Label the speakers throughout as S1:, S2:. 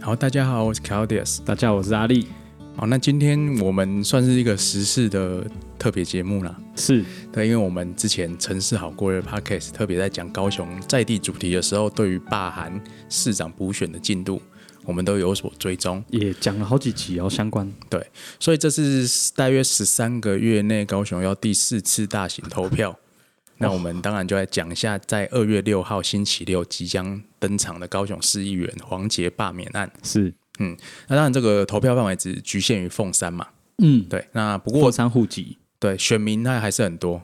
S1: 好，大家好，我是 Claudius。
S2: 大家好，我是阿力。
S1: 好，那今天我们算是一个时事的特别节目啦。
S2: 是，
S1: 对，因为我们之前《城市好过日》Podcast 特别在讲高雄在地主题的时候，对于罢韩市长补选的进度，我们都有所追踪。
S2: 也讲了好几集哦，相关。
S1: 所以这是大约十三个月内高雄要第四次大型投票。那我们当然就来讲一下，在二月六号星期六即将登场的高雄市议员黄杰罢免案。
S2: 是，
S1: 那当然，这个投票范围只局限于凤山嘛。
S2: 嗯，
S1: 对，那不
S2: 凤
S1: 过
S2: 山户籍，
S1: 对选民他还是很多。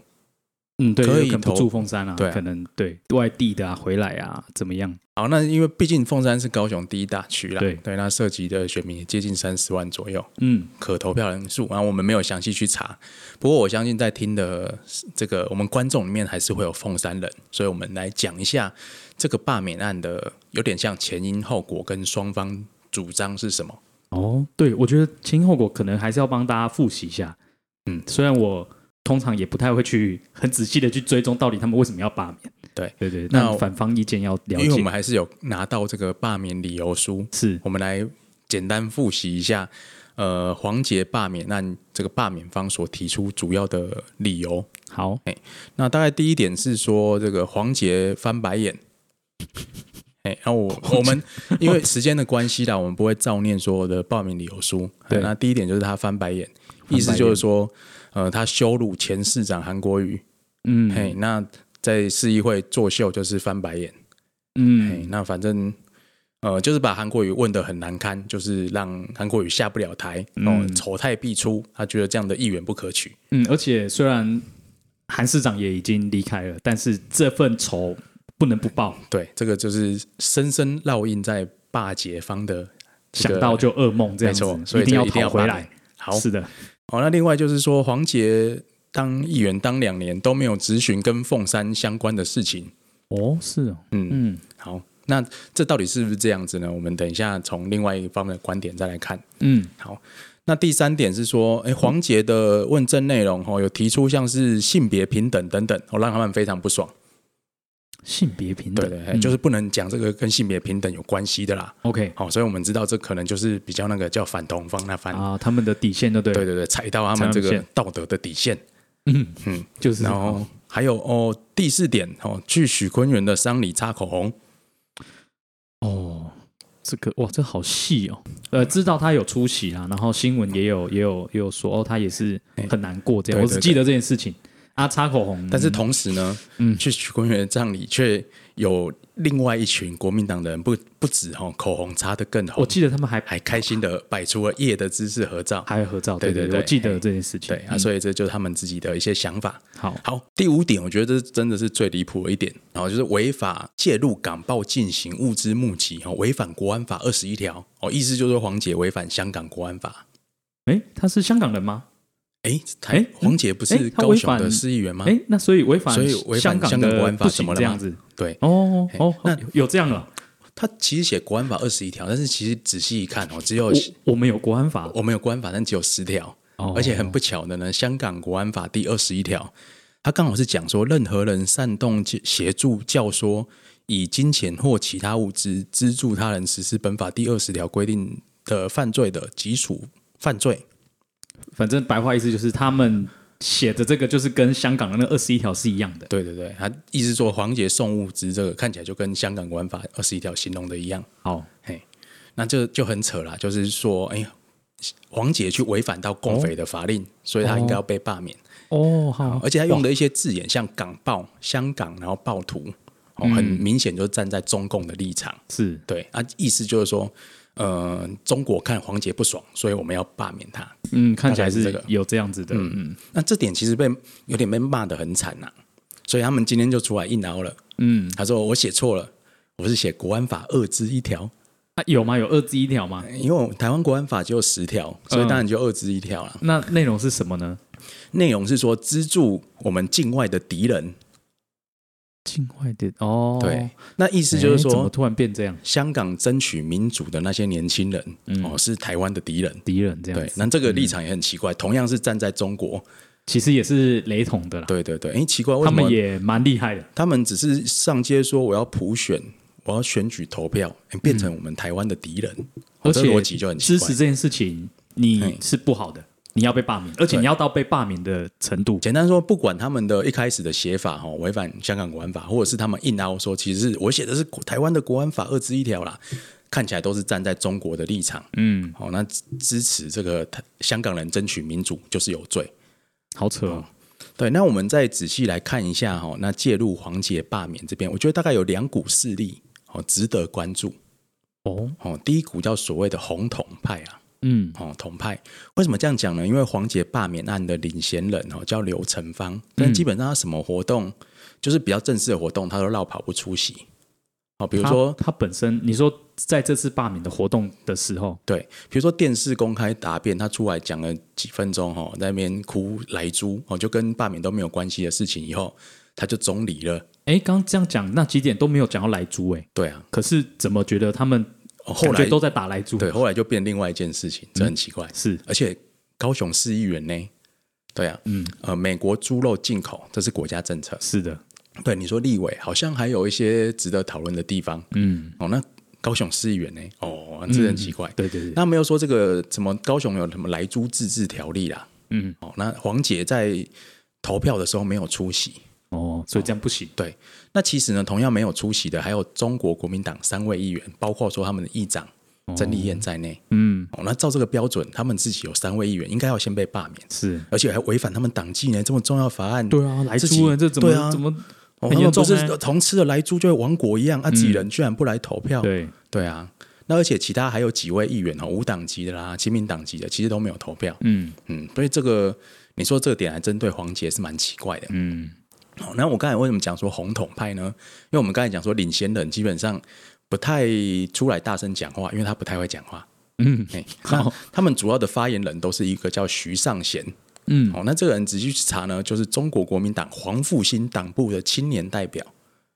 S2: 嗯，对，
S1: 可以
S2: 有可能
S1: 投
S2: 不住凤山啊，
S1: 对啊
S2: 可能对外地的啊，回来啊，怎么样？
S1: 好，那因为毕竟凤山是高雄第一大区啦，
S2: 对
S1: 那涉及的选民也接近三十万左右，
S2: 嗯，
S1: 可投票人数，然后我们没有详细去查，不过我相信在听的这个我们观众里面还是会有凤山人，所以我们来讲一下这个罢免案的有点像前因后果跟双方主张是什么。
S2: 哦，对，我觉得前因后果可能还是要帮大家复习一下。
S1: 嗯
S2: 嗯，虽然我通常也不太会去很仔细的去追踪到底他们为什么要罢免。
S1: 对
S2: 对对，
S1: 那
S2: 那反方意见要了
S1: 因为我
S2: 解。
S1: 们还是有拿到这个罢免理由书，
S2: 是，
S1: 我们来简单复习一下，呃，黄杰罢免案这个罢免方所提出主要的理由。
S2: 好，
S1: 那大概第一点是说这个黄杰翻白眼。 哎、然、后我我们因为时间的关系啦，我们不会照念所有的报名理由书。
S2: 对
S1: 哎那第一点就是他翻白眼，
S2: 白眼
S1: 意思就是说，呃，他羞辱前市长韩国瑜。嘿、
S2: 嗯
S1: 那在市议会作秀就是翻白眼。哎、
S2: 嗯，
S1: 那反正呃，就是把韩国瑜问得很难堪，就是让韩国瑜下不了台，嗯，
S2: 嗯
S1: 丑态必出，他觉得这样的议员不可取。
S2: 嗯，而且虽然韩市长也已经离开了，但是这份仇不能不报，
S1: 对，这个就是深深烙印在霸姐方的这个
S2: 想到就噩梦这样
S1: 没错
S2: 子，
S1: 所以
S2: 一定
S1: 这一定要
S2: 跑回
S1: 罢
S2: 来
S1: 免。好
S2: 是的，
S1: 好。那另外就是说，黄杰当议员当两年都没有咨询跟凤山相关的事情。
S2: 哦，是哦，
S1: 嗯
S2: 嗯
S1: 好，那这到底是不是这样子呢？我们等一下从另外一个方面的观点再来看。
S2: 嗯，
S1: 那第三点是说，哎，黄杰的问政内容哦，有提出像是性别平等等等，哦，让他们非常不爽。
S2: 性别平
S1: 对
S2: 等，
S1: 对，诶
S2: 嗯
S1: 就是不能讲这个跟性别平等有关系的啦。
S2: OK
S1: 好、所以我们知道这可能就是比较那个叫反同方那番
S2: 啊，他们的底线就对
S1: 对
S2: 了，
S1: 对对，踩到他们这
S2: 踩
S1: 个
S2: 到底
S1: 道德的底线。
S2: 嗯
S1: 嗯
S2: 嗯，就是
S1: 然后还有哦，第四点哦，去许坤元的丧礼擦口红。
S2: 哦，这个哇，这好细哦，呃，知道他有出席啦，然后新闻也有也有也有说哦，他也是很难过这样，
S1: 哎对
S2: 我
S1: 对
S2: 只记得这件事情啊，擦口红，
S1: 但是同时呢，嗯，去许坤元的葬礼却有另外一群国民党的人不不止哦，口红擦得更
S2: 我
S1: 红，
S2: 记得他们还
S1: 还开心的摆出了夜的姿势合照。
S2: 还有合照，
S1: 对
S2: 对
S1: 对
S2: 对，我
S1: 对
S2: 记得这件事情，嗯
S1: 对啊，所以这就是他们自己的一些想法。
S2: 好，
S1: 好，第五点，我觉得这真的是最离谱的一点，然后就是违法介入港报进行物资募集，哦，违反国安法二十一条，哦，意思就是说黄姐违反香港国安法。
S2: 哎，他是香港人吗？
S1: 哎，台
S2: 诶
S1: 黄姐不是
S2: 诶他
S1: 高
S2: 违
S1: 雄的
S2: 反
S1: 市议员吗？
S2: 哎，那所以违反
S1: 所以违反香
S2: 港
S1: 港国
S2: 的
S1: 安法
S2: 不
S1: 怎么
S2: 行
S1: 了
S2: 这样
S1: 吗
S2: 子，
S1: 对，
S2: 哦哦，
S1: 那
S2: 那有这样了，
S1: 他其实写国安法二十一条，但是其实仔细一看哦，只有
S2: 我我们有国安法，
S1: 我们有国安法，但只有十条，
S2: 哦
S1: 而且很不巧的呢，香港国安法第二十一条，它刚好是讲说，任何人煽动、协助、教唆，以金钱或其他物质资助他人实施本法第二十条规定的犯罪的，即属犯罪。
S2: 反正白话意思就是他们写的这个就是跟香港的那二十一条是一样的。
S1: 对对对，他意思说黄杰送物资这个看起来就跟香港国安法二十一条形容的一样。
S2: 好，
S1: 那这就很扯啦，就是说，哎呀，黄姐去违反到共匪的法令，所以她应该要被罢免，
S2: 哦，好
S1: 而且她用的一些字眼，像港暴、香港，然后暴徒，哦，
S2: 嗯
S1: 很明显就是站在中共的立场，
S2: 是
S1: 对，啊，意思就是说，呃，中国看黄姐不爽，所以我们要罢免她。
S2: 嗯，看起来
S1: 大概是这
S2: 是
S1: 个
S2: 有这样子的，嗯
S1: 那这点其实被有点被骂得很惨呐、啊所以他们今天就出来硬凹了，
S2: 嗯，
S1: 他说我写错了，我是写国安法二之一条，
S2: 啊有吗？有二十一条吗？
S1: 因为我台湾国安法只有十条，
S2: 嗯
S1: 所以当然就二之一条啦。
S2: 那内容是什么呢？
S1: 内容是说资助我们境外的敌人，
S2: 境外的哦，
S1: 对
S2: 诶，，
S1: 那意思就是
S2: 怎么
S1: 说，
S2: 突然变这样？
S1: 香港争取民主的那些年轻人，哦，是台湾的敌人。
S2: 敌人嗯这样
S1: 对，
S2: 子，嗯
S1: 那这个立场也很奇怪，同样是站在中国，
S2: 其实也是雷同的啦。
S1: 对对对，哎，奇怪，为
S2: 他
S1: 什么
S2: 们也蛮厉害的，
S1: 他们只是上街说我要普选，我要选举投票，欸变成我们台湾的敌人，
S2: 嗯而
S1: 哦
S2: 且
S1: 这逻辑就很奇
S2: 支
S1: 怪
S2: 持。这件事情，你是不好的，你要被罢免，而且你要到被罢免的程度。
S1: 简单说，不管他们的一开始的写法哈，哦违反香港国安法，或者是他们硬凹说，其实是我写的是台湾的国安法二之一条啦，看起来都是站在中国的立场。
S2: 嗯，
S1: 好、那支支持这个台香港人争取民主就是有罪。
S2: 好扯哦。
S1: 对，那我们再仔细来看一下哈、哦，那介入黄杰罢免这边，我觉得大概有两股势力哦，值得关注
S2: 哦，
S1: 哦。第一股叫所谓的红统派啊，
S2: 嗯，
S1: 哦，统派为什么这样讲呢？因为黄杰罢免案的领衔人哦叫刘成芳，但基本上他什么活动，就是比较正式的活动，他都绕跑不出席。哦，比如说
S2: 他他本身，你说在这次罢免的活动的时候，
S1: 对，比如说电视公开答辩，他出来讲了几分钟哦，在那边哭来猪哦，就跟罢免都没有关系的事情，以后他就总理了。
S2: 哎，刚刚这样讲那几点都没有讲到莱猪，哎，
S1: 对啊，
S2: 可是怎么觉得他们
S1: 哦后
S2: 感
S1: 来
S2: 觉都在打莱猪？
S1: 对，，后来就变另外一件事情，这
S2: 嗯
S1: 很奇怪。
S2: 是
S1: 而且高雄市议员呢，对啊，嗯，呃，美国猪肉进口这是国家政策，
S2: 是的，
S1: 对，你说立委好像还有一些值得讨论的地方。
S2: 嗯，
S1: 哦，那高雄市议员呢？哦，这很奇怪。
S2: 对对对，
S1: 那没有说这个什么高雄有什么来猪自治条例啦。
S2: 嗯，
S1: 哦，那黄姐在投票的时候没有出席。
S2: 哦，所以这样不行，
S1: 对，那其实呢，同样没有出席的还有中国国民党三位议员，包括说他们的议长
S2: 哦
S1: 曾丽燕在内。
S2: 嗯，
S1: 哦，那照这个标准，他们自己有三位议员，应该要先被罢免，
S2: 是，
S1: 而且还违反他们党纪呢，这么重要的法案。
S2: 对啊，莱
S1: 自己
S2: 猪，哎这怎么
S1: 对啊
S2: 怎么
S1: 哦，
S2: 很
S1: 他
S2: 严
S1: 们不
S2: 重
S1: 是
S2: 欸？嗯
S1: 同吃的来猪就会亡国一样，啊，自己人居然不来投票，
S2: 对，
S1: 对啊。那而且其他还有几位议员哦，无党籍的啦、亲民党籍的，其实都没有投票。
S2: 嗯
S1: 嗯，所以这个你说这个点还针对黄杰是蛮奇怪的。
S2: 嗯，
S1: 好、那我刚才为什么讲说红统派呢？因为我们刚才讲说领先人基本上不太出来大声讲话，因为他不太会讲话。
S2: 嗯
S1: 哎，那他们主要的发言人都是一个叫徐尚贤。
S2: 嗯，
S1: 哦，那这个人仔细去查呢，就是中国国民党黄复兴党部的青年代表。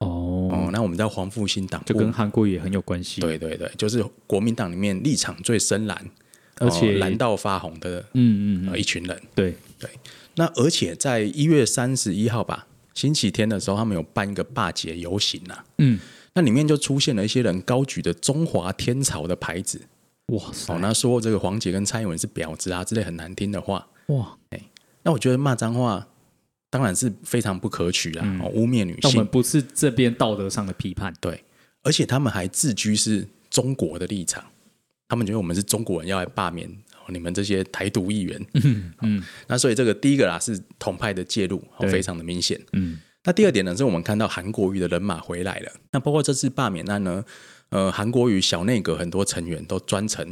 S2: 哦，
S1: 哦，那我们在黄复兴党
S2: 就
S1: 部
S2: 跟，韩国也很有关系，，
S1: 对对对，就是国民党里面立场最深蓝，
S2: 而且
S1: 哦蓝到发红的、
S2: 嗯嗯嗯，
S1: 呃一群人。
S2: 对，
S1: 对，那而且在一月三十一号吧，星期天的时候，他们有办一个罢节游行啊，
S2: 嗯，
S1: 那里面就出现了一些人高举着中华天朝的牌子，
S2: 哇
S1: 哦，
S2: 塞，
S1: 那说这个黄杰跟蔡英文是婊子啊之类很难听的话。
S2: 哇，
S1: 那我觉得骂脏话当然是非常不可取啦，哦，污蔑女
S2: 嗯那我
S1: 性
S2: 们，不是这边道德上的批判，
S1: 对，而且他们还自居是中国的立场，他们觉得我们是中国人，要来罢免哦你们这些台独议员。嗯嗯，那所以这个第一个啦是统派的介入，哦
S2: 对
S1: 非常的明显。
S2: 嗯，
S1: 那第二点呢，是我们看到韩国瑜的人马回来了。那包括这次罢免案呢，呃，韩国瑜小内阁很多成员都专程，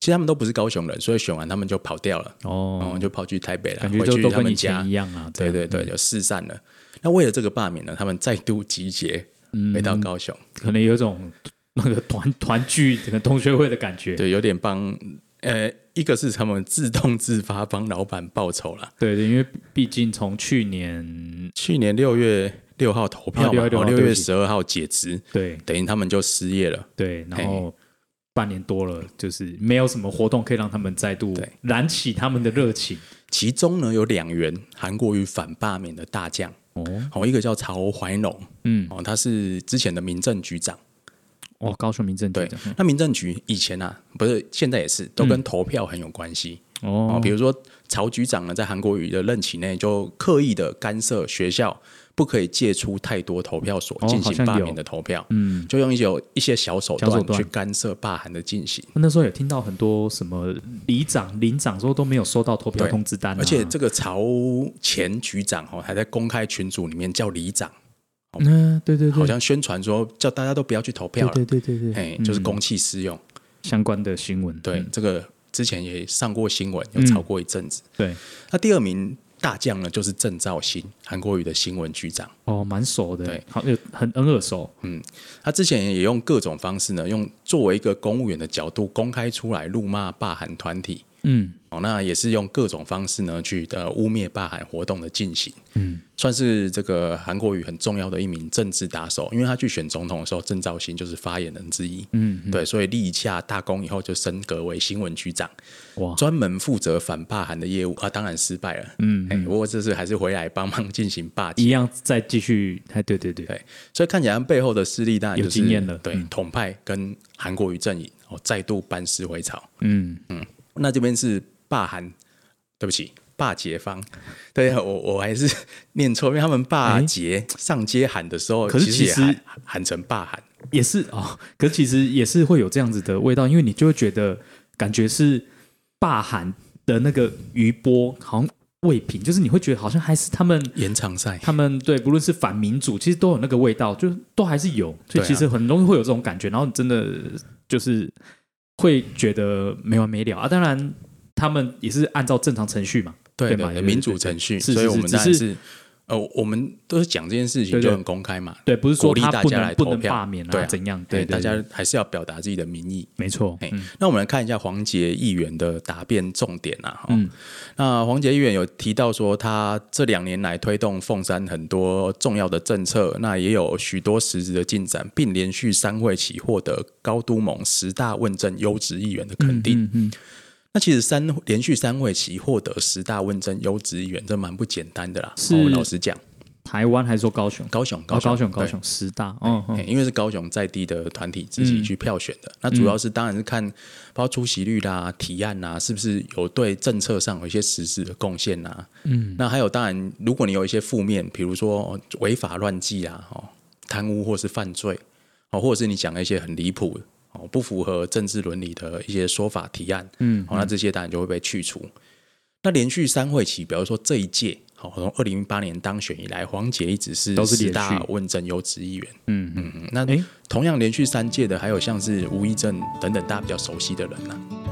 S1: 其实他们都不是高雄人，所以选完他们就跑掉了，然后
S2: 哦，
S1: 就跑去台北了，
S2: 感觉
S1: 回
S2: 就
S1: 去
S2: 都
S1: 他
S2: 跟
S1: 们
S2: 以
S1: 家
S2: 前一。样啊，
S1: 对对对，就四散了。那为了这个罢免呢，他们再度集结回到高雄，
S2: 可能有一种那个团团聚、整个同学会的感觉。
S1: 对，有点帮呃，一个是他们自动自发帮老板报仇了。
S2: 对对，因为毕竟从去年
S1: 去年六月六号投票
S2: 啊6
S1: 嘛，
S2: 嗯月6号
S1: 哦6
S2: 对
S1: 月
S2: 不起
S1: 十二号解职，
S2: 对
S1: 等于他们就失业了。
S2: 对，然后半年多了，就是没有什么活动可以让他们再度
S1: 对
S2: 燃起他们的热情。
S1: 其中呢有两员韩国瑜反罢免的大将，
S2: 哦，
S1: 哦，一个叫曹怀龙，
S2: 嗯，
S1: 哦，他是之前的民政局长。
S2: 哦，高雄民政嗯局
S1: 对
S2: 长，，
S1: 那民政局以前啊，不是现在也是，都跟投票很有关系。哦，
S2: 哦
S1: 比，如说曹局长呢，在韩国瑜的任期内就刻意的干涉学校不可以借出太多投票所
S2: 哦
S1: 进
S2: 好
S1: 行
S2: 像
S1: 罢
S2: 有
S1: 免的投票，
S2: 嗯，
S1: 就用一些一些小手
S2: 小手
S1: 段
S2: 段
S1: 去干涉罢韩的进行。
S2: 那时候有听到很多什么里长、领长说都没有收到投票
S1: 对
S2: 通知单啊，
S1: 而且这个曹前局长哦，还在公开群组里面叫里长，
S2: 嗯，对对对，
S1: 好像宣传说叫大家都不要去投票
S2: 对
S1: 了。
S2: 对对对对，
S1: 哎，就是公器私用。
S2: 相关的新闻，
S1: 对，
S2: 嗯
S1: 这个之前也上过新闻，有炒过一阵子。
S2: 对，
S1: 那第二名大将呢，就是郑兆新，韩国瑜的新闻局长。
S2: 哦，蛮熟的
S1: 对，
S2: 好，有很很耳熟，
S1: 他之前也用各种方式呢，用作为一个公务员的角度公开出来辱骂罢韩团体，
S2: 嗯
S1: 哦，那也是用各种方式呢去呃污蔑罢韩活动的进行，
S2: 嗯，
S1: 算是这个韩国瑜很重要的一名政治打手，因为他去选总统的时候，郑兆兴就是发言人之一，
S2: 嗯，
S1: 对，所以立下大功以后就升格为新闻局长，
S2: 哇，
S1: 专门负责反罢韩的业务啊，当然失败了，
S2: 嗯
S1: 哎，不过这次还是回来帮忙进行罢
S2: 一
S1: 警。
S2: 样再继续，哎，对对对，
S1: 对，所以看起来背后的势力当然就是
S2: 有经验了嗯
S1: 对，统派跟韩国瑜阵营哦再度班师回朝。
S2: 嗯
S1: 那这边是霸韩，对不起，霸解放。对我我还是念错，因为他们霸节、上街喊的时候，
S2: 可是
S1: 其
S2: 其
S1: 也
S2: 实
S1: 喊喊成霸韩。
S2: 也是哦，可是其实也是会有这样子的味道，因为你就会觉得感觉是霸韩的那个余波好像未平，就是你会觉得好像还是他们
S1: 延长赛，
S2: 他们对不论是反民主，其实都有那个味道，就是都还是有，所
S1: 对
S2: 以
S1: 啊
S2: 其实很容易会有这种感觉，然后你真的就是会觉得没完没了啊。当然，他们也是按照正常程序嘛，
S1: 对
S2: 对嘛
S1: 对，
S2: 对
S1: 民
S2: 对
S1: 主
S2: 对
S1: 程序，
S2: 是
S1: 所以
S2: 是
S1: 我
S2: 是
S1: 们
S2: 只
S1: 当然
S2: 是
S1: 是呃，我们都是讲这件事情
S2: 对
S1: 就
S2: 对
S1: 很公开嘛，
S2: 对，不是说
S1: 鼓励
S2: 他
S1: 大
S2: 不
S1: 家
S2: 能
S1: 来
S2: 不
S1: 投
S2: 能
S1: 票
S2: 罢免
S1: 对
S2: 啊
S1: 啊
S2: 怎样？
S1: 对
S2: 对，对
S1: 大
S2: 对
S1: 家还是要表达自己的民意。
S2: 没错，嗯
S1: 哎，那我们来看一下黄杰议员的答辩重点啊。哈
S2: 嗯
S1: 那黄杰议员有提到说，他这两年来推动凤山很多重要的政策，那也有许多实质的进展，并连续三会起获得高都盟十大问政优质议员的肯定。
S2: 嗯嗯，
S1: 那其实三连续三会起获得十大问政优质议员，这蛮不简单的啦。
S2: 是
S1: 哦老实讲，
S2: 台湾还是说高雄？
S1: 高雄，雄，
S2: 哦，高雄，
S1: 对
S2: 高雄十大，嗯
S1: 欸
S2: 嗯
S1: 因为是高雄在地的团体自己去票选的，那主要是当然是看包括出席率啦、提案啦，是不是有对政策上有一些实质的贡献啦。嗯，那还有当然，如果你有一些负面，比如说哦违法乱纪啦、哦贪污或是犯罪，哦或者是你讲了一些很离谱哦不符合政治伦理的一些说法提案，嗯，哦那这些当然就会被去除。那连续三会期，比如说这一届，好，从二零一八年当选以来，黄杰一直是
S2: 都是
S1: 十
S2: 连
S1: 大
S2: 续
S1: 问政优质议员。
S2: 嗯嗯，
S1: 嗯，那
S2: 哎，
S1: 同样连续三届的，还有像是吴益政等等大家比较熟悉的人呐、啊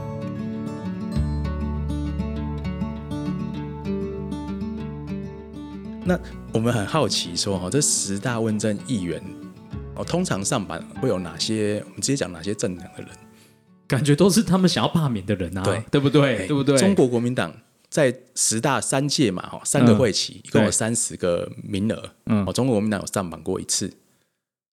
S1: 那我们很好奇说，哦，这十大问政议员，哦，通常上榜会有哪些？我们直接讲哪些政党的人？
S2: 感觉都是他们想要罢免的人啊，
S1: 对
S2: 对不对？对不对？
S1: 哎中国国民党在十大三届嘛，哈，三个会期，一共有
S2: 对
S1: 三十个名额。
S2: 嗯
S1: 哦，中国国民党有上榜过一次，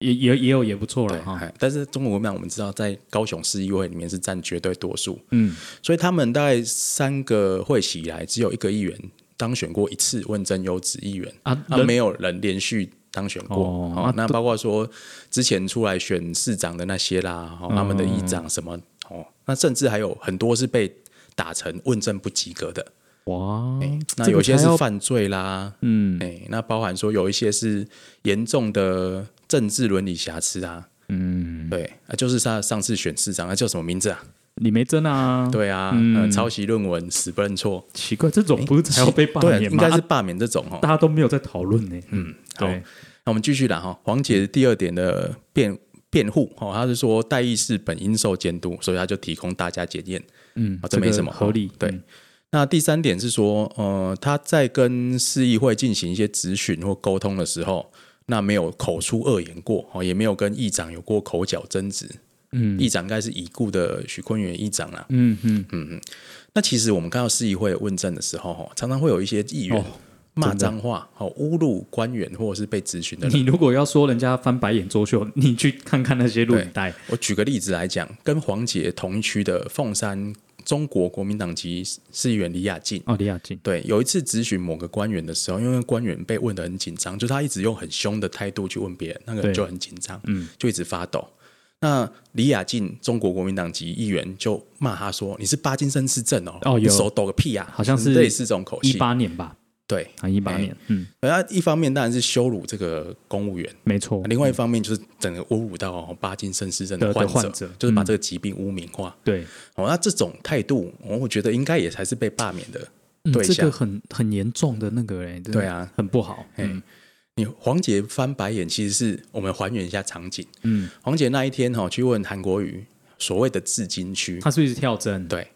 S2: 也也也有也不错
S1: 对
S2: 了。哈，
S1: 哎但是中国国民党我们知道，在高雄市议会里面是占绝对多数。
S2: 嗯，
S1: 所以他们大概三个会期以来，只有一个议员当选过一次问政优质议员
S2: 啊
S1: 啊，
S2: 人
S1: 没有人连续当选过。
S2: 哦
S1: 哦
S2: 啊
S1: 那包括说之前出来选市长的那些啦，
S2: 嗯
S1: 哦、他们的议长什么哦，那甚至还有很多是被打成问政不及格的。
S2: 哇，
S1: 那
S2: 这个
S1: 有些
S2: 才
S1: 是
S2: 要
S1: 犯罪啦，
S2: 嗯
S1: 哎、那包含说有一些是严重的政治伦理瑕疵啊。
S2: 嗯，
S1: 对啊，就是上上次选市长，那叫什么名字啊？
S2: 李梅珍啊，
S1: 对啊，呃抄袭论文死不认错，
S2: 奇怪，这种不是才要被 罢
S1: 对啊
S2: 免
S1: 应
S2: 吗？
S1: 该是
S2: 啊
S1: 罢免这种哦
S2: 大。家都没有在讨论呢。嗯，
S1: 好
S2: 对，
S1: 那我们继续啦哈，黄姐第二点的辩辩护哦，她是说代议士本应受监督，所以她就提供大家检验。
S2: 嗯
S1: 啊，这没
S2: 个
S1: 什么
S2: 合理。
S1: 对
S2: 嗯
S1: 那第三点是说，呃，他在跟市议会进行一些咨询或沟通的时候，那没有口出恶言过，哦，也没有跟议长有过口角争执。
S2: 嗯，
S1: 议长应该是已故的许坤元议长啦。
S2: 嗯嗯，
S1: 那其实我们看到市议会问政的时候，哦常常会有一些议员
S2: 哦
S1: 骂脏话，哦，侮辱官员或者是被质询的人。
S2: 你如果要说人家翻白眼作秀，你去看看那些录影带，
S1: 我举个例子来讲，跟黄杰同一区的凤山中国国民党籍市议员李雅静，
S2: 奥利哦亚进，
S1: 对，有一次咨询某个官员的时候，因为官员被问得很紧张，就是他一直用很凶的态度去问别人，那个人
S2: 对
S1: 就很紧张，嗯，就一直发抖。那李雅静，中国国民党籍议员就骂他说：“你是巴金森氏症哦，
S2: 哦有
S1: 你手抖个屁呀、啊！”
S2: 好像是
S1: 类似这种口
S2: 一
S1: 气。
S2: 八年吧，
S1: 对，
S2: 啊，一八
S1: 哎
S2: 年，嗯，
S1: 那一方面当然是羞辱这个公务员，
S2: 没错，
S1: 另外一方面就是整个侮辱到哦巴金森氏症的
S2: 的
S1: 患者，
S2: 的患者嗯
S1: 就是把这个疾病污名化。
S2: 对，
S1: 哦，那这种态度，哦我觉得应该也才是被罢免的。
S2: 嗯
S1: 对
S2: 这
S1: 象
S2: 个很很严重的那个，哎，真的
S1: 对啊，
S2: 很不好，嗯
S1: 哎、你黄杰翻白眼，其实是我们还原一下场景。
S2: 嗯，
S1: 黄杰那一天哈、哦，去问韩国瑜所谓的至今区，
S2: 他是不是跳针？
S1: 对，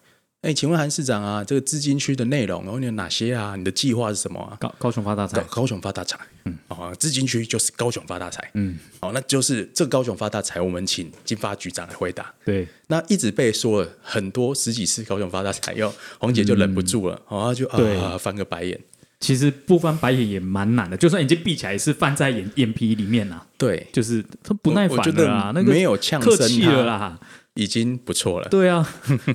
S1: 哎，请问韩市长啊，这个资金区的内容，然后你有哪些啊？你的计划是什么啊？
S2: 高高雄发大
S1: 高
S2: 财，
S1: 高雄发大财，嗯，哦，资金区就是高雄发大财，
S2: 嗯，
S1: 好、那就是这个高雄发大财，我们请金发局长来回答。
S2: 对，
S1: 那一直被说了很多十几次高雄发大财，又红姐就忍不住了，然后、她就
S2: 嗯对
S1: 啊翻个白眼。
S2: 其实不翻白眼也蛮难的，就算眼睛闭起来，也是翻在眼眼皮里面啦，
S1: 对，
S2: 就是他不耐
S1: 我我觉
S2: 烦
S1: 得
S2: 了啦，那个
S1: 没有呛
S2: 客
S1: 声
S2: 气
S1: 他
S2: 了啦，
S1: 已经不错了。
S2: 对啊，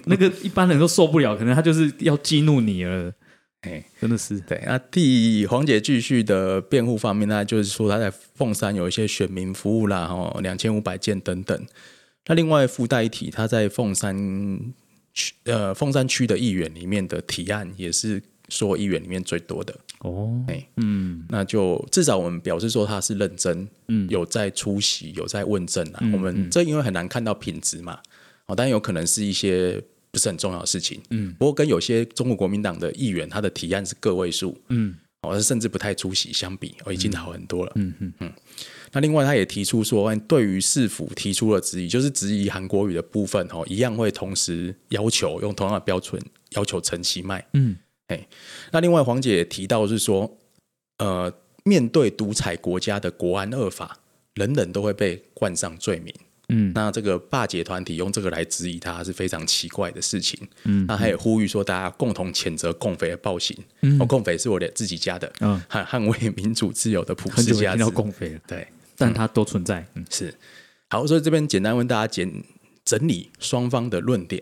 S2: 那个一般人都受不了，可能他就是要激怒你了，
S1: 哎，
S2: 真的是，
S1: 对，那替黄姐继续的辩护方面呢，就是说她在凤山有一些选民服务啦，哦，两千五百件等等。那另外附带一提，她在凤山区呃凤山区的议员里面的提案也是说议员里面最多的。
S2: 哦
S1: 哎，
S2: 嗯，
S1: 那就至少我们表示说他是认真，
S2: 嗯
S1: 有在出席，有在问政啊。我们这因为很难看到品质嘛，哦，当然有可能是一些不是很重要的事情，嗯。不过跟有些中国国民党的议员他的提案是个位数，
S2: 嗯，
S1: 哦，甚至不太出席相比，哦，已经好很多了，嗯嗯嗯。那另外他也提出说，哎对于市府提出了质疑，就是质疑韩国语的部分，哦，一样会同时要求用同样的标准要求陈其迈，
S2: 嗯，
S1: 哎，那另外黄姐也提到是说，呃，面对独裁国家的国安恶法，人人都会被冠上罪名。
S2: 嗯，
S1: 那这个霸姐团体用这个来质疑他是非常奇怪的事情。
S2: 嗯，
S1: 那他也呼吁说，大家共同谴责共匪的暴行。
S2: 嗯
S1: 哦，共匪是我的自己家的，
S2: 嗯
S1: 捍捍卫民主自由的普
S2: 很
S1: 世
S2: 久没
S1: 价
S2: 听
S1: 值
S2: 到。共匪了，
S1: 对，
S2: 但它都存在，嗯
S1: 是好，所以这边简单为大家简整理双方的论点。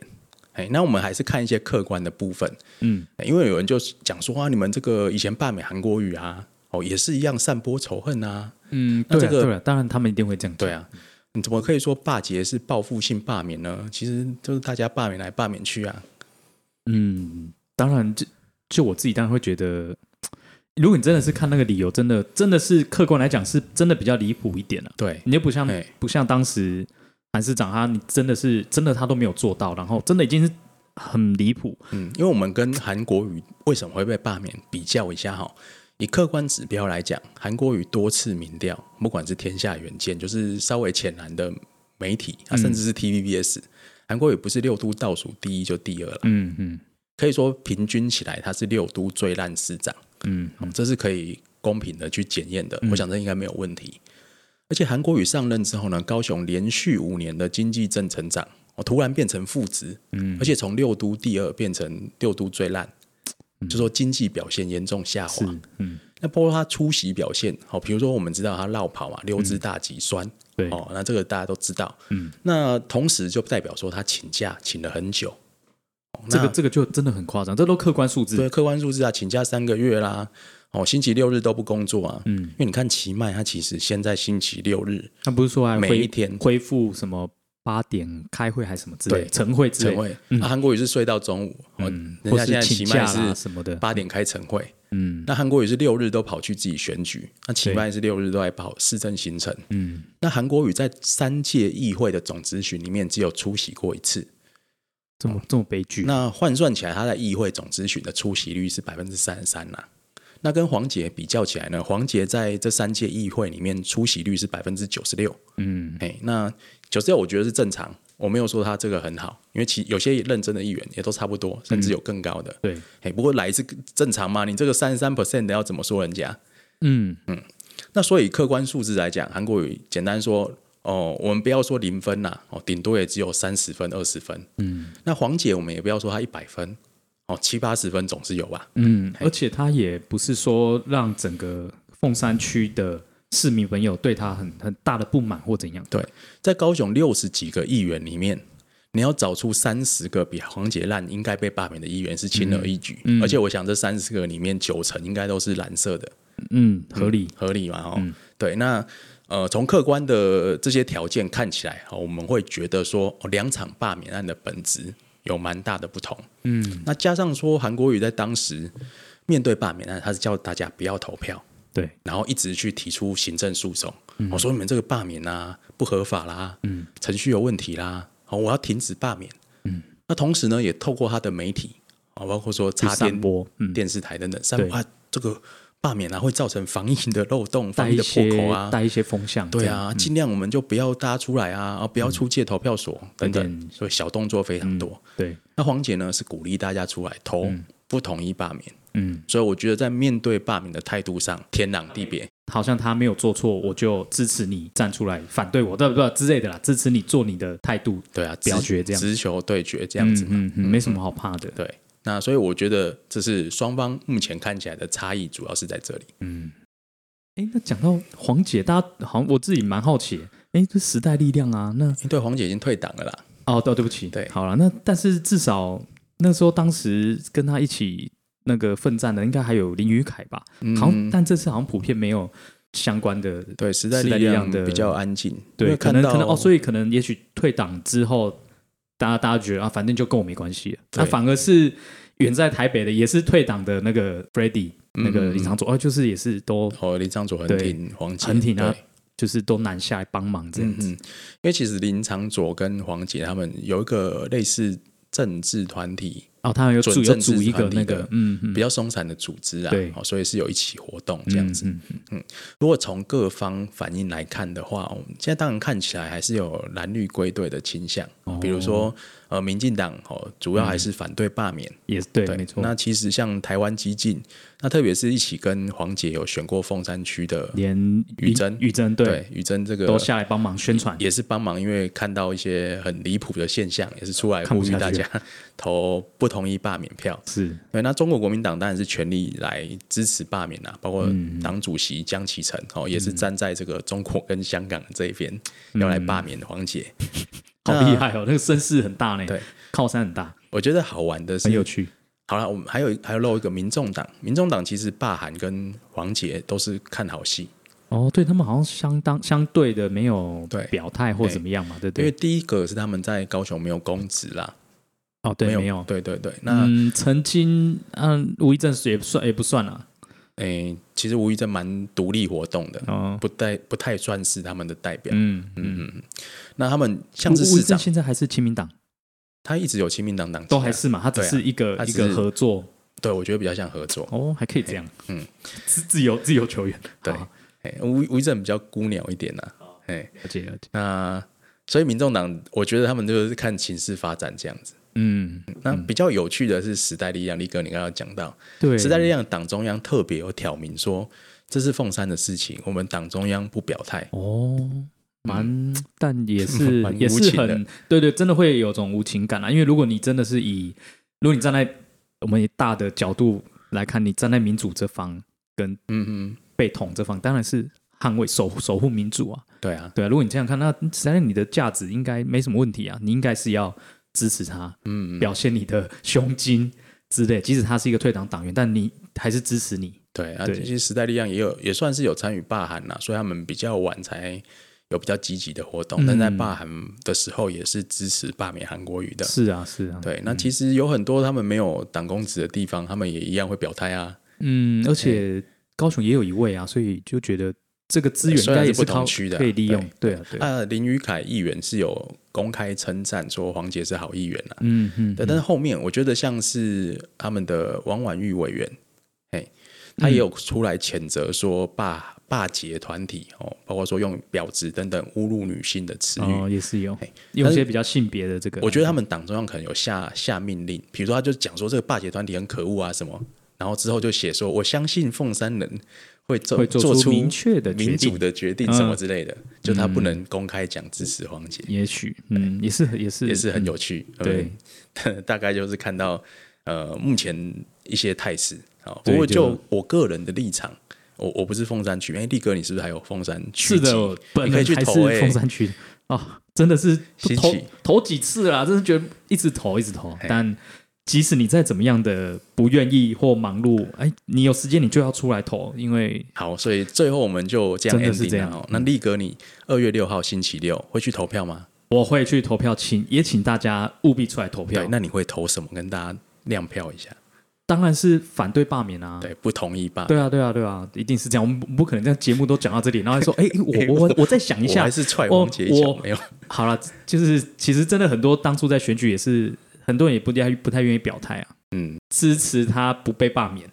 S1: 哎，那我们还是看一些客观的部分。
S2: 嗯，
S1: 因为有人就讲说啊，你们这个以前罢免韩国语啊，哦，也是一样散播仇恨啊，
S2: 嗯，
S1: 那
S2: 对啊
S1: 这个
S2: 对啊，当然他们一定会这样讲，
S1: 对啊，你怎么可以说罢捷是报复性罢免呢？其实就是大家罢免来罢免去啊，
S2: 嗯，当然，就就我自己当然会觉得，如果你真的是看那个理由，真的真的是客观来讲，是真的比较离谱一点了、
S1: 对
S2: 你又不像
S1: 哎
S2: 不像当时韩市长他，你真的是真的他都没有做到，然后真的已经是很离谱。
S1: 嗯，因为我们跟韩国语为什么会被罢免比较一下哈、以客观指标来讲，韩国语多次民调，不管是天下远见，就是稍微浅蓝的媒体，啊，甚至是 TVBS，、韩国语不是六都倒数第一就第二了，
S2: 嗯嗯
S1: 可以说平均起来它是六都最烂市长。
S2: 嗯
S1: 嗯这是可以公平的去检验的，我想这应该没有问题。而且韩国瑜上任之后呢，高雄连续五年的经济正成长，哦，突然变成负值，嗯，而且从六都第二变成六都最烂，就说经济表现严重下滑。
S2: 嗯是嗯
S1: 那包括他出席表现，好、比如说我们知道他绕跑嘛，溜之大脊酸，
S2: 嗯对
S1: 哦，那这个大家都知道，
S2: 嗯，
S1: 那同时就代表说他请假请了很久，哦
S2: 这个
S1: 那
S2: 这个就真的很夸张，这都客观数字。
S1: 对，客观数字啊，请假三个月啦，哦，星期六日都不工作啊，嗯，因为你看奇迈，他其实先在星期六日
S2: 他不是说还
S1: 每一
S2: 恢
S1: 天
S2: 恢复什么八点开会还是什么之类
S1: 对
S2: 晨会之
S1: 晨
S2: 类的，
S1: 会，啊那韩国瑜是睡到中午，哦，人家
S2: 或
S1: 现在
S2: 是
S1: 奇
S2: 请
S1: 迈
S2: 假啦
S1: 是
S2: 什么的。
S1: 八点开晨会，
S2: 嗯
S1: 那韩国瑜是六日都跑去自己选举，那奇迈是六日都在跑市政行程，
S2: 嗯
S1: 那韩国瑜在三届议会的总咨询里面只有出席过一次，
S2: 这么这么悲剧。
S1: 那换算起来，他在议会总咨询的出席率是百分之三十三啦。那跟黄杰比较起来呢，黄杰在这三届议会里面出席率是百分之九十六，
S2: 嗯。
S1: 哎，那九十六我觉得是正常，我没有说他这个很好，因为其有些认真的议员也都差不多，甚至有更高的。
S2: 对，
S1: 哎，不过来是正常嘛，你这个三十三 percent 的要怎么说人家？
S2: 嗯，
S1: 那所以客观数字来讲，韩国语简单说，哦，我们不要说零分啦、哦，顶多也只有三十分、二十分。嗯，那黄姐我们也不要说她一百分，哦，七八十分总是有吧？
S2: 嗯，而且他也不是说让整个凤山区的市民朋友对他很很大的不满或怎样。
S1: 对，在高雄六十几个议员里面，你要找出三十个比黄姐烂应该被罢免的议员是轻而易举，而且我想这三十个里面九成应该都是蓝色的，
S2: 嗯，合理。
S1: 合理嘛？哦，对，那呃，从客观的这些条件看起来，哦，我们会觉得说，哦，两场罢免案的本质有蛮大的不同。嗯，那加上说，韩国瑜在当时面对罢免案，他是叫大家不要投票，
S2: 对，
S1: 然后一直去提出行政诉讼，我、说你们这个罢免啊不合法啦，嗯，程序有问题啦，哦，我要停止罢免。嗯，那同时呢，也透过他的媒体啊、哦包括说
S2: 去
S1: 插电
S2: 散播。嗯，
S1: 电视台等等，散播啊，这个罢免啊，会造成防疫的漏洞、
S2: 带
S1: 防疫
S2: 一
S1: 的破
S2: 些
S1: 口啊。
S2: 带一些嗯风向，
S1: 对
S2: 这样
S1: 啊，尽量我们就不要大家出来啊，啊，不要出借投票所等
S2: 嗯
S1: 等，所以小动作非常多。
S2: 对，
S1: 那黄姐呢是鼓励大家出来投不同意罢免，
S2: 嗯，
S1: 所以我觉得在面对罢免的态度上天壤地别。
S2: 好像他没有做错，我就支持你站出来反对我，对不对之类的啦，支持你做你的态度，
S1: 对啊，直
S2: 表决这样
S1: 直球对决这样子嘛。
S2: 嗯嗯嗯，没什么好怕 的，
S1: 对，那所以我觉得这是双方目前看起来的差异，主要是在这里。
S2: 嗯。哎，那讲到黄姐，大家好像我自己蛮好奇，哎，这时代力量啊，那
S1: 对，黄姐已经退党了啦。
S2: 哦，对，对不起，
S1: 对
S2: 好了，那但是至少那时候当时跟他一起那个奋战的，应该还有林宇凯吧？
S1: 嗯
S2: 好像，但这次好像普遍没有相关的，
S1: 对，时代
S2: 时代
S1: 力
S2: 力
S1: 量
S2: 量的
S1: 比较安静，因
S2: 对，
S1: 为
S2: 可
S1: 看
S2: 能
S1: 到
S2: 可能哦，所以可能也许退党之后，大家大家觉得啊，反正就跟我没关系了，那、
S1: 对
S2: 反而是远在台北的，也是退党的那个 Freddy，、
S1: 嗯
S2: 那个林长佐，哦，就是也是都
S1: 哦，林长佐很
S2: 对
S1: 挺黄姐，
S2: 很挺啊
S1: 对。
S2: 就是都南下来帮忙
S1: 嗯
S2: 这样
S1: 嗯，
S2: 子，
S1: 因为其实林长佐跟黄姐他们有一个类似政治团体，
S2: 哦，他们有组
S1: 准
S2: 有
S1: 政治
S2: 组一个
S1: 团体
S2: 那
S1: 的
S2: 个，嗯嗯，
S1: 比较松散的组织啊，
S2: 对
S1: 哦，所以是有一起活动这样子。
S2: 嗯，嗯
S1: 如果从各方反应来看的话，我们现在当然看起来还是有蓝绿归队的倾向，
S2: 哦
S1: 比如说呃，民进党哦，主要还是反对罢免，
S2: 也嗯是对，
S1: 对，
S2: 没错。
S1: 那其实像台湾激进，那特别是一起跟黄姐有选过凤山区的，
S2: 连
S1: 雨珍
S2: 雨珍对
S1: 对，雨珍这个
S2: 都下来帮忙宣传，
S1: 也是帮忙，因为看到一些很离谱的现象，也是出来
S2: 看
S1: 呼
S2: 不
S1: 吁
S2: 下
S1: 大
S2: 去
S1: 家投不同意罢免票。
S2: 是
S1: 对，那中国国民党当然是全力来支持罢免
S2: 嗯
S1: 啦、包括党主席江启臣哦，也是站在这个中国跟香港这一边、
S2: 嗯
S1: 要来罢免黄姐。
S2: 好
S1: 那
S2: 厉害哦，那个声势很大呢，
S1: 对，
S2: 靠山很大，
S1: 我觉得好玩的是
S2: 很，有趣。
S1: 好了，我们还有还有漏一个民众党，民众党其实罢韩跟黄姐都是看好戏，
S2: 哦，对他们好像相当相对的没有
S1: 对
S2: 表态或怎么样嘛，对不
S1: 因为
S2: 对？
S1: 第一个是他们在高雄没有公职啦，
S2: 哦，对，没有
S1: 有，。对对对，那。
S2: 嗯，曾经嗯，吴一正是也不算也不算啊了，
S1: 诶、其实吴亦正蛮独立活动的，
S2: 哦，
S1: 不代不太算是他们的代表。
S2: 嗯嗯，
S1: 那他们像是
S2: 吴
S1: 市
S2: 一正
S1: 长，
S2: 现在还是啊亲民党，
S1: 他一直有亲民党党籍啊
S2: 都还是嘛，他只
S1: 对啊
S2: 是一个
S1: 他
S2: 一
S1: 只
S2: 个
S1: 是
S2: 合作，
S1: 对我觉得比较像合作。
S2: 哦，还可以这样，
S1: 嗯，
S2: 自自由自由球员，
S1: 对
S2: 好，
S1: 诶吴吴亦正比较孤鸟一点呐、啊，哎、
S2: 了解了解，
S1: 那所以民众党，我觉得他们就是看情势发展这样子。
S2: 嗯，
S1: 那比较有趣的是时代力量，力哥你刚刚讲到，
S2: 对，
S1: 时代力量党中央特别有挑明说，这是凤山的事情，我们党中央不表态。
S2: 哦，蛮，嗯但也是
S1: 蛮
S2: 也
S1: 无
S2: 是
S1: 情的
S2: 很，对对，真的会有种无情感啊。因为如果你真的是以，如果你站在我们以大的角度来看，你站在民主这方跟
S1: 嗯嗯，
S2: 被统这方，当然是捍卫守守护民主啊，
S1: 对啊，
S2: 对啊。如果你这样看，那实在你的价值应该没什么问题啊，你应该是要支持他，
S1: 嗯，
S2: 表现你的胸襟之类。即使他是一个退党党员，但你还是支持你。
S1: 对啊，
S2: 对
S1: 其实时代力量也有也算是有参与罢韩啦，所以他们比较晚才有比较积极的活动，但在罢韩的时候也是支持罢免韩国瑜的。
S2: 嗯是啊，是啊，
S1: 对，那其实有很多他们没有党公职的地方，他们也一样会表态啊。
S2: 嗯，而且高雄也有一位啊，所以就觉得这个资源
S1: 哎
S2: 应
S1: 虽
S2: 该
S1: 然
S2: 也
S1: 是不
S2: 靠
S1: 同区的啊
S2: 可以利用，对啊，对啊，
S1: 啊，林宇凯议员是有公开称赞说黄杰是好议员啦、啊
S2: 嗯嗯，
S1: 对，但是后面我觉得像是他们的王婉玉委员，哎，
S2: 嗯
S1: 他也有出来谴责说霸霸姐团体哦，包括说用婊子等等侮辱女性的词语。
S2: 哦，也是有
S1: 嘿
S2: 用一些比较性别的这个，
S1: 哎我觉得他们党中央可能有下下命令，比如说他就讲说这个霸姐团体很可恶啊什么，然后之后就写说我相信凤山人会做
S2: 会做
S1: 做
S2: 出
S1: 出
S2: 明确的决
S1: 民主
S2: 定
S1: 的决定什么之类的，就他不能公开讲支持黄姐，
S2: 也许嗯也是也是
S1: 也是很有趣。
S2: 对
S1: 嗯， 大概就是看到呃目前一些态势啊。不
S2: 对
S1: 过就
S2: 就
S1: 我个人的立场，我我不是凤山区，哎，力哥你是不是还有凤山区
S2: 是
S1: 籍？
S2: 的，我本
S1: 你可以
S2: 人
S1: 去
S2: 还是
S1: 投欸
S2: 凤山区哦，真的是
S1: 新
S2: 投
S1: 奇
S2: 投几次啦，真是觉得一直投一直投，
S1: 嘿
S2: 但。即使你再怎么样的不愿意或忙碌，哎，你有时间你就要出来投，因为
S1: 好，所以最后我们就这样 ending
S2: 真
S1: 了
S2: 的是这样嗯
S1: 哦那力哥，你二月六号星期六会去投票吗？
S2: 我会去投票，请也请大家务必出来投票
S1: 对，。那你会投什么？跟大家亮票一下。
S2: 当然是反对罢免啊。
S1: 对，不同意吧？
S2: 对啊，对啊，对啊，一定是这样。我们不不可能这样节目都讲到这里，然后还说，哎、 我我我我再想
S1: 我
S2: 一下
S1: 还。是踹王杰一脚
S2: 我我
S1: 没有。
S2: 好了，就是其实真的很多当初在选举也是很多人也不太不太愿意表态啊，
S1: 嗯，
S2: 支持他不被罢免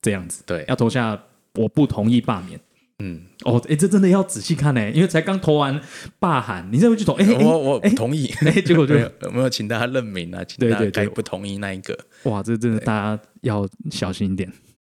S2: 这样子，
S1: 对，
S2: 要投下我不同意罢免。
S1: 嗯，
S2: 哦，哎、这真的要仔细看呢、因为才刚投完罢韩，你再回去投，哎、诶
S1: 我我
S2: 诶
S1: 同意。
S2: 诶结果就
S1: 没有有没有请大家认明啊？请
S2: 对
S1: 大家
S2: 对对
S1: 改不同意那一个。
S2: 哇，这真的大家要小心一点。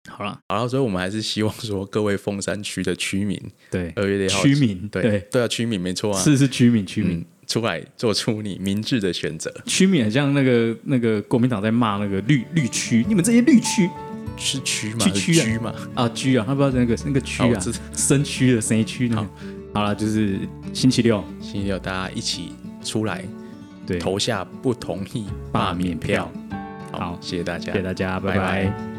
S2: 好了，
S1: 好了，所以我们还是希望说，各位凤山区的区民，
S2: 对，
S1: 二月六号
S2: 区民
S1: 呃对
S2: 对
S1: 对啊，区民没错啊，
S2: 是是区民，区民，
S1: 嗯，出来做出你明智的选择，
S2: 区民很像那个那个国民党在骂那个绿绿区，你们这些绿区
S1: 是区嘛，
S2: 去
S1: 是
S2: 区啊
S1: 区嘛，
S2: 啊区啊，他不知道那个那个区
S1: 嗯好我
S2: 啊
S1: 知道，
S2: 深区的深区那个。好了，就是星期六
S1: 星期六大家一起出来
S2: 对，
S1: 投下不同意
S2: 罢免票。
S1: 好，
S2: 好
S1: 谢谢大家，
S2: 谢谢大家，
S1: 拜
S2: 拜
S1: 拜
S2: 拜